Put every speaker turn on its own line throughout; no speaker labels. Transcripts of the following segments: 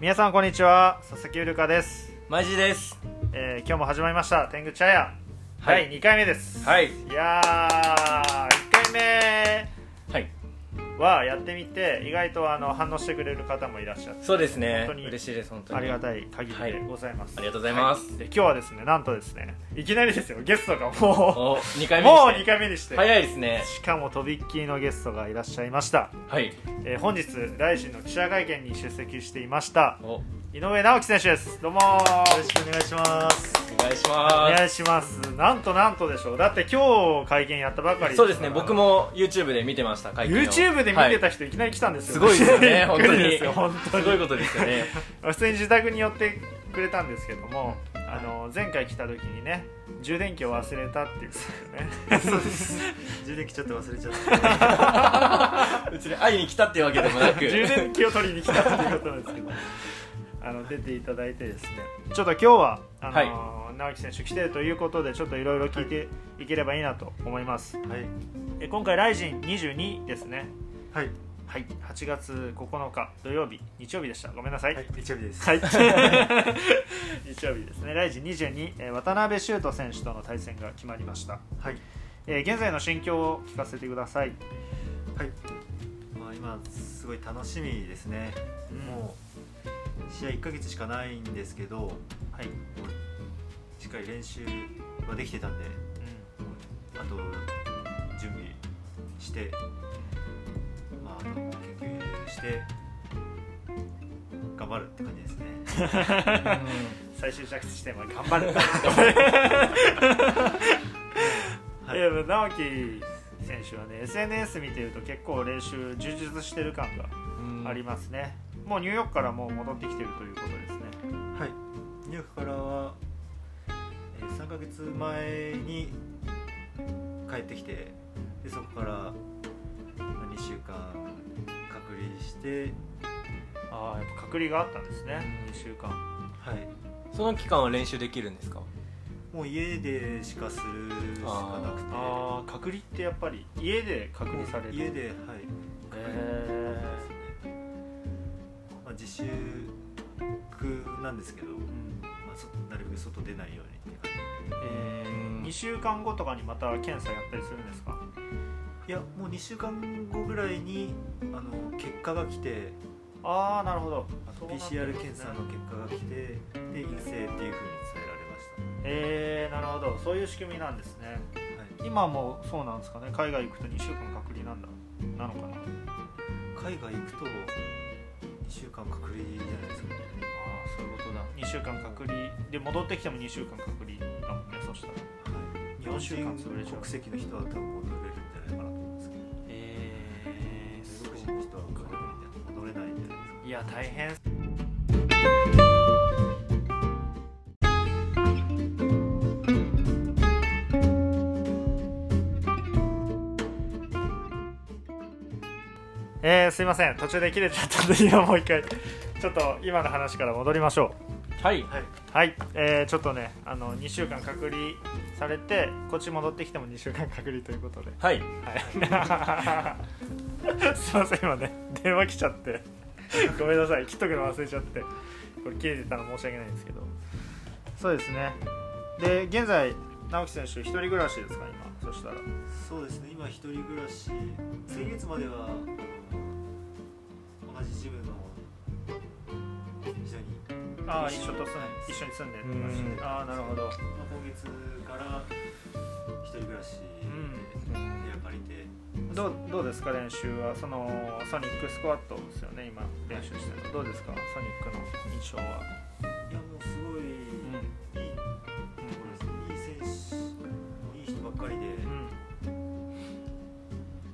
皆さんこんにちは佐々木うるかです、
マジです
えー今日も始まりました天狗茶屋、
はい
第2回目です、
はい
いやー1回
はい
目はやってみて意外とあの反応してくれる方もいらっしゃって
そうですね
本当に
嬉しいです本当に
ありが
い
たい限りでございます、
ありがとうございます、
で今日はですねなんとですねいきなりですよゲストがも
お2
う
回目
もう
で
2
すね
回目にして
早いですね
しかもとびっきりのゲストがいらっしゃいました、
はい
えー本日大臣の記者会見に出席していました
おお
井上直樹選手ですどうもよろしくお願いします
願いし
お
ま
願いしますなんとなんとでしょうだって今日会見やったばかり
すそうですね僕も YouTube で見てました会見を
YouTube で見て
はい
た人いきなり来たんです
す
よ、
ごいです よね
びっ
本
く
当
り
に
ですよ本当に
すごいことですよね
普通に自宅に寄ってくれたんですけどもあの前回来た時にね充電器を忘れたっていうねそうです 充電器ちょっと忘れちゃった
うちで会いに来たっていうわけでもなく
充電器を取りに来たっていうことなんですけどあの出ていただいてですねちょっと今日はあの、直樹選手来てるということでちょっといろいろ聞いていければいいなと思います、
はい、
え今回「ライジン22」ですね
はい、
はい8月9日土曜日日曜日でしたごめんなさい
はい、日曜日です。
はい 日曜日ですねライジン22、えー渡辺修斗選手との対戦が決まりました、
はい、
えー現在の心境を聞かせてください、
はい。まあ、今すごい楽しみですね。もう試合1ヶ月しかないんですけど、も
うはい、うん
うしっかり練習はできてたんで、もうあと準備して、まあ、あの研究して頑張るって感じ ですね。
う
最終着地点は頑張る、、
は いい、
やでも直樹選手はね SNS 見てると結構練習充実してる感が
ん
ありますね、もうニューヨークからもう戻ってきてるということですね
はい、ニューヨークからは、えー、3ヶ月前に帰ってきてでそこからまあ2週間隔離して、
ああやっぱ隔離があったんですね2週間
はい、
その期間は練習できるんですか
もう家でしかするしかなくて
ああ隔離ってやっぱり家で隔離される
家ではい
へ
ですねまあ、自粛なんですけど、
ーうん
まあ、そなるべく外出ないようにって感
えー、2週間後とかにまた検査やったりするんですか
じいやもう2週間後ぐらいにあの結果が来て
ああなるほどそうなん
PCR
ですね
検査の結果が来てで陰性っていうふうに伝えられ
えー、なるほどそういう仕組みなんですね
まし
今もそうなんですかね海外行くと2週間隔離なんだなのかなあ
た、はい、海外行くと2週間隔離じゃないですかね
あそういうことだ2週間隔離で戻ってきても2週間隔離だもんねそしたら
はい日
四
本
週間潰れ
人
ちゃう
国籍の人は多分戻れるんじゃないかなと思うんですけど
え
外国人の人は海外には戻れないんじゃないですか
いや大変えー、すいません途中で切れちゃったんで今もう一回ちょっと今の話から戻りましょ
はい
はい、
うはい、えー、ちょっとねあの2週間隔離されてこっち戻ってきても2週間隔離ということで
はい
はいすいません今ね電話来ちゃってごめんなさい切っとくの忘れちゃってこれ切れてたら申し訳ないんですけどそうですねで現在直樹選手一人暮らしですか今そしたら
そうですね今一人暮らし先月までは同じジムの非常に、
ああ
一
一緒
緒
と住ん一緒に住んでってまし
うん
たああなるほど
まあ、今月から一人暮らしで
う
部屋借りて、
どうどうですか練習はそのソニックスクワットですよね今練習してるのどうですかソニックの印象は、
いやもうすごい、いいいい選手いい人ばっかりで
うん
本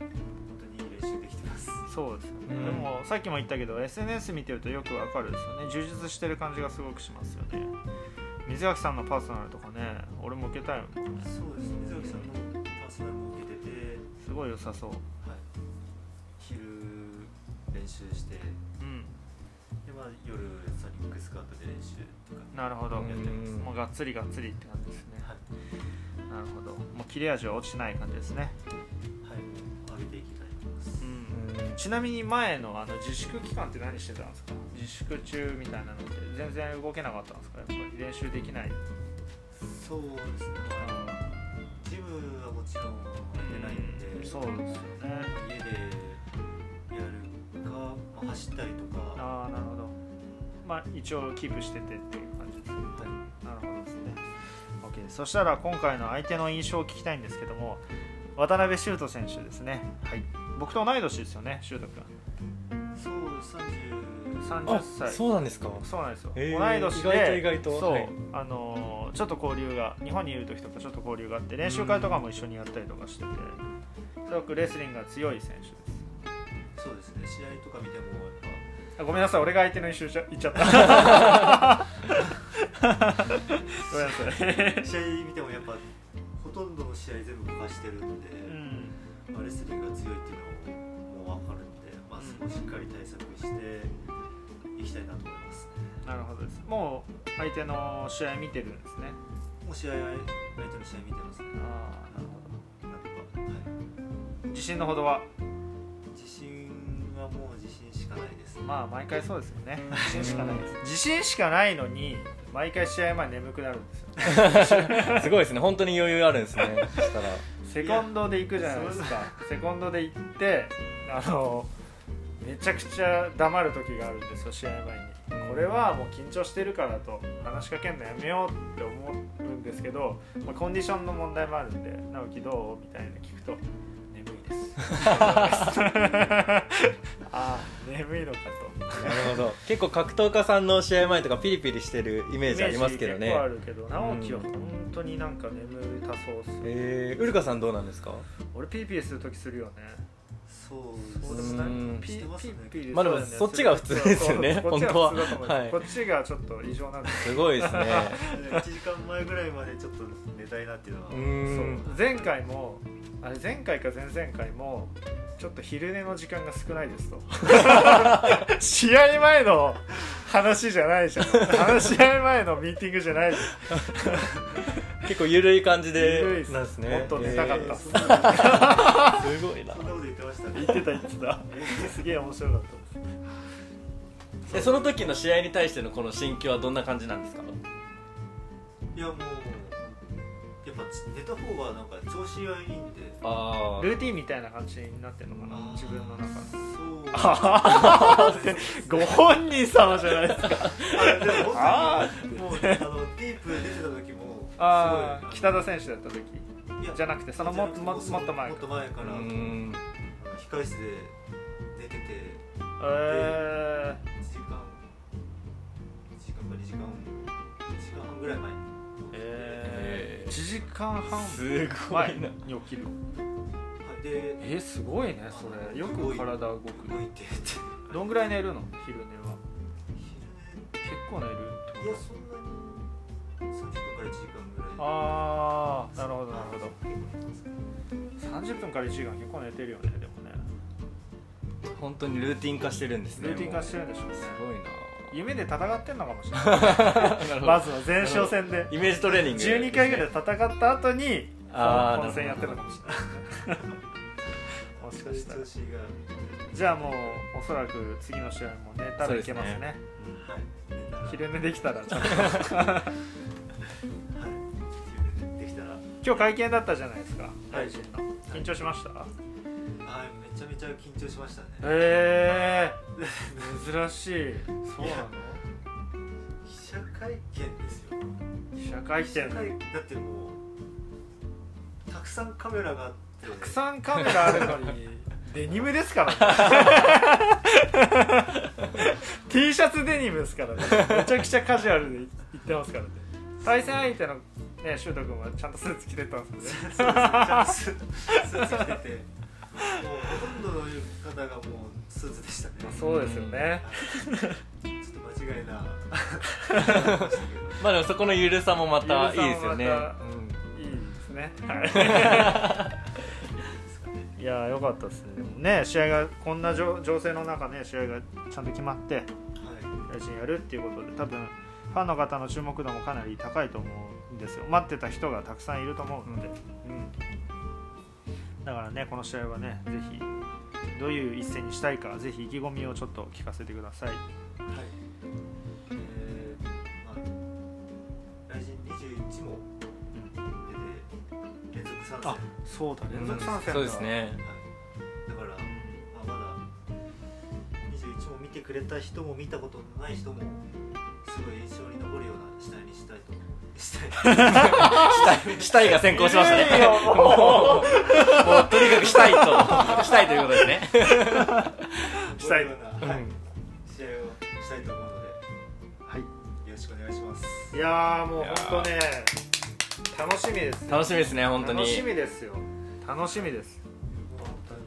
当にいい練習できてます
そうですよね、
うん
でもさっきも言ったけど SNS 見てるとよくわかるですよね充実してる感じがすごくしますよね水垣さんのパーソナルとかね俺も受けたいもんね
そうですね水崎さんのパーソナルも受けてて、
すごい良さそう
はい、昼練習してで、
うん
まあ、夜ソニックスカートで練習とか
なるほど、
うん
もうがっつりがっつりって感じですね
はい、
なるほどもう切れ味は落ちない感じですね
はい、上げていきたいと思いま
う
す、
んちなみに前のあの自粛期間って何してたんですか自粛中みたいなのって全然動けなかったんですかやっぱり練習できない
そうですねジムはもちろん出ないんで、
そうですよね
家でやるか、まあ、走ったりとか、は
ああなるほどまあ一応キープしててっていう感じですね
い、
なるほどですね OK そしたら今回の相手の印象を聞きたいんですけども渡辺修斗選手ですねはい僕と同い年ですよね修斗君
そう30
30歳
そうなんですか
そうなんですよ、
へー
同い年で
意外と意外と
そう、
はい
あのーちょっと交流が日本にいる時とかちょっと交流があって練習会とかも一緒にやったりとかしててすごくレスリングが強い選手です
そうですね試合とか見てもやっぱ
あごめんなさい俺が相手の印象じゃ言っ ちゃったごめんなさい
試合見てもやっぱほとんどの試合全部動かしてるんで、
うん
まあレスリングが強いっていうのももう分かるんで、まあ、そこをしっかり対策していきたいなと思いますね
なるほどですもう相手の試合見てるんですね
もう試合は相手の試合見てますね
あ
なるほどなんとか、は、
ー自信のほどはい
自信はもう自信しかないですね、
まあ毎回そうですよ ね自信しかないです自信しかないのに毎回試合前眠くなるんですよ
すごいですね本当に余裕あるんですねそしたら
セコンドで行くじゃないですかセコンドで行ってあのめちゃくちゃ黙る時があるんですよ試合前にこれはもう緊張してるからと話しかけるのやめようって思うんですけど、まあ、コンディションの問題もあるんで「直樹どう?」みたいなの聞く と「眠いです」ああ眠いのかと
なるほど結構格闘家さんの試合前とかピリピリしてるイメージありますけど
イメージ結構あ
ね
るけど直樹は本当になんか眠たそうっす、
えー、ウルカさんどうなんですか
俺ピーピーする時するよね
そう
そうで
で
すす
ね
ね
ん。
ピ
してますね
ピー
まあでもそっちが普通ですよね
そうそうこっちが普通だと思います
本当ははい
こっちがちょっと異常なんです
すごいですね
1時間前ぐらいまでちょっと寝たいなっていうのは
うー
けどそうん前回もあれ前回か前々回もちょっと昼寝の時間が少ないですと 試合前の話じゃないじゃん話し合い前のミーティングじゃないじゃん
結構ゆるい感じで
緩いっす
なんですね
もっと寝たかっ
え
たっ
ー
す
そんなこと
すごいな
そんなこと言ってましたね
言ってた言ってた すげえ面白かったです
えその時の試合に対してのこの心境はどんな感じなんですか
いやもうやっぱ寝た方がなんか調子がいいんで
あ
ルーティンみたいな感じになってるのかな自分の中の
そう
ご本人様じゃないですか
あでも
あ
本当にもうあのディープ出てた時も
ああ
す
北田選手だった時
ごいいや
じゃなくてそのも
じゃ
も
な
も
く
ってと前か
もっと前からあの
ん
控室で寝てて
え
1時間1時間か2時間1時間半ぐらい前に
ーえ
え
ー、
ー
1時間半
すご
前
いな
に起きる
はいで
えー、すごいねそれよく体動く
動いてって昼
どんぐらい寝るの昼寝は
寝
結構寝るって
い
こ
やそんなに30分から1時間ぐらい
とああなるほどなるほど30分から1時間結構寝てるよねでもね
本当にルーティン化してるんですね
ルーティン化してるんでしょうね
もうすごいな
夢で戦ってんのかもしれない
なるほど
まずは前哨戦で
イメージトレーニング
12回ぐらい戦った後に
あー
本戦やってるのかもしれない もし
そう
か
い
し
う
た
調
ら
子が
じゃあもうおそらく次の試合も寝たらいけます
そ
ね
うですね
はい寝たら
昼寝できたらち ゃんと
はい昼寝できたらはい
今日会見だったじゃないですか
は
大
い
臣の緊張しました
めちゃめちゃ緊張しましたね
へえー、珍しいそうな
記者会見ですよ
の記者会
記者
見
会だってもうたくさんカメラがあって
たくさんカメラあるのにデニムですからね T シャツデニムですからねめちゃくちゃカジュアルでいってますからね対戦相手のねシュート君はちゃんとスーツ着てたんですよね
そうですねスーツ着ててもうほとんどの方がもうスーツでしたね
そうですよね
はいちょっと間違いな
まあでもそこのゆるさもまたいいですよね
ゆるさもま
うん
いいですね。はい。いやー良かったですね。でもね試合がこんな情情勢の中ね試合がちゃんと決まって
は
大臣やるっていうことで多分ファンの方の注目度もかなり高いと思うんですよ。待ってた人がたくさんいると思うので。うんだからねこの試合はねぜひどういう一戦にしたいかぜひ意気込みをちょっと聞かせてください
はい。えー、まあ来人二十一も出て連続参戦。
あ
はい。
そうだ連続参戦だ
そうですね
だからまあまだ二十一も見てくれた人も見たことのない人もすごい印象に残るような死体にしたいと思う。したい。
したいしたいが先行しました
いい
ね
よ
もう もうとにかくしたいとしたいということですね
したい
よう
うん
な、はい、試合をしたいと思うの
はい
でよろしくお願いします。
いやーもう
いやー
本当ね楽しみです
楽しみですね本当に
楽しみですよ楽しみです
もう本当に、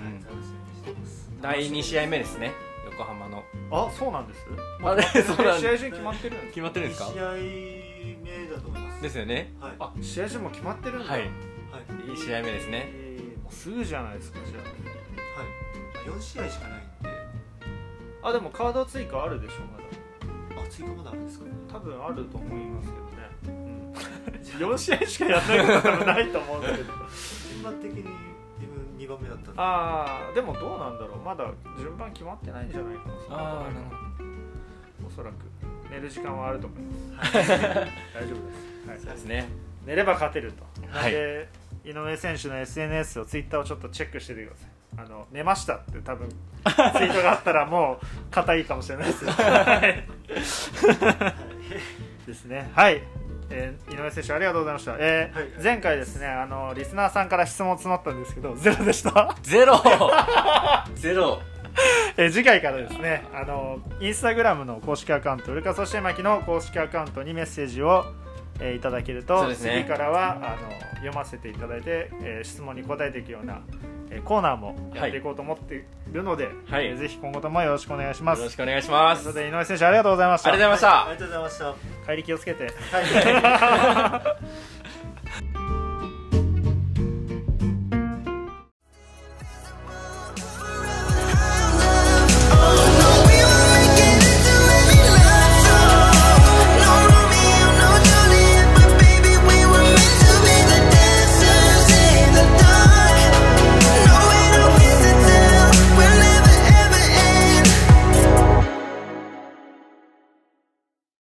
はい
うん
楽しみにしてます。
第2試合目ですね横浜の
あそうなんです
あれ そうなん
試合順決まってるんです
決まってるんですか
試合目だと思います。
ですよね
はい。
あ試合順も決まってるんだ
はい
はい。
いい試合目ですね
えーもうすぐじゃないですかじゃ
はい、4試合しかないんで、
ああでもカード追加あるでしょまだ
あ、追加まだあるんですか、
多分あると思いますけどね、 うん、4試合しかやらないこと多分ないと思うんですけど
順番的に自分2番目だったんで、は
ああでもどうなんだろうまだ順番決まってないんじゃないかなそんなことないおそらく寝る時間はあると思います 大丈夫です、
そ
は
うで
い
す、ね
寝れば勝てると、
はい
で井上選手の SNS をツイッターをちょっとチェックしててくださいあの寝ましたって多 分ツイートがあったらもう硬いかもしれないですはいですねはい、えー井上選手ありがとうございました、えー
はい
前回ですねあのリスナーさんから質問募ったんですけどゼロでした、
ゼロゼロ
えー次回からですねあのインスタグラムの公式アカウントウルカソシエマキの公式アカウントにメッセージを、えーいただける
そう
と、
ですね
次からはあの読ませていただいて、えー質問に答えていくような、えーコーナーもやっていこうと思っているので、
はい
えーぜひ今後ともよろしくお願いします
よろしくお願いします
ということ
あ
で井上選手ありがとうございました
りがとうございました
ありがとうございました。
帰り気をつけて
はい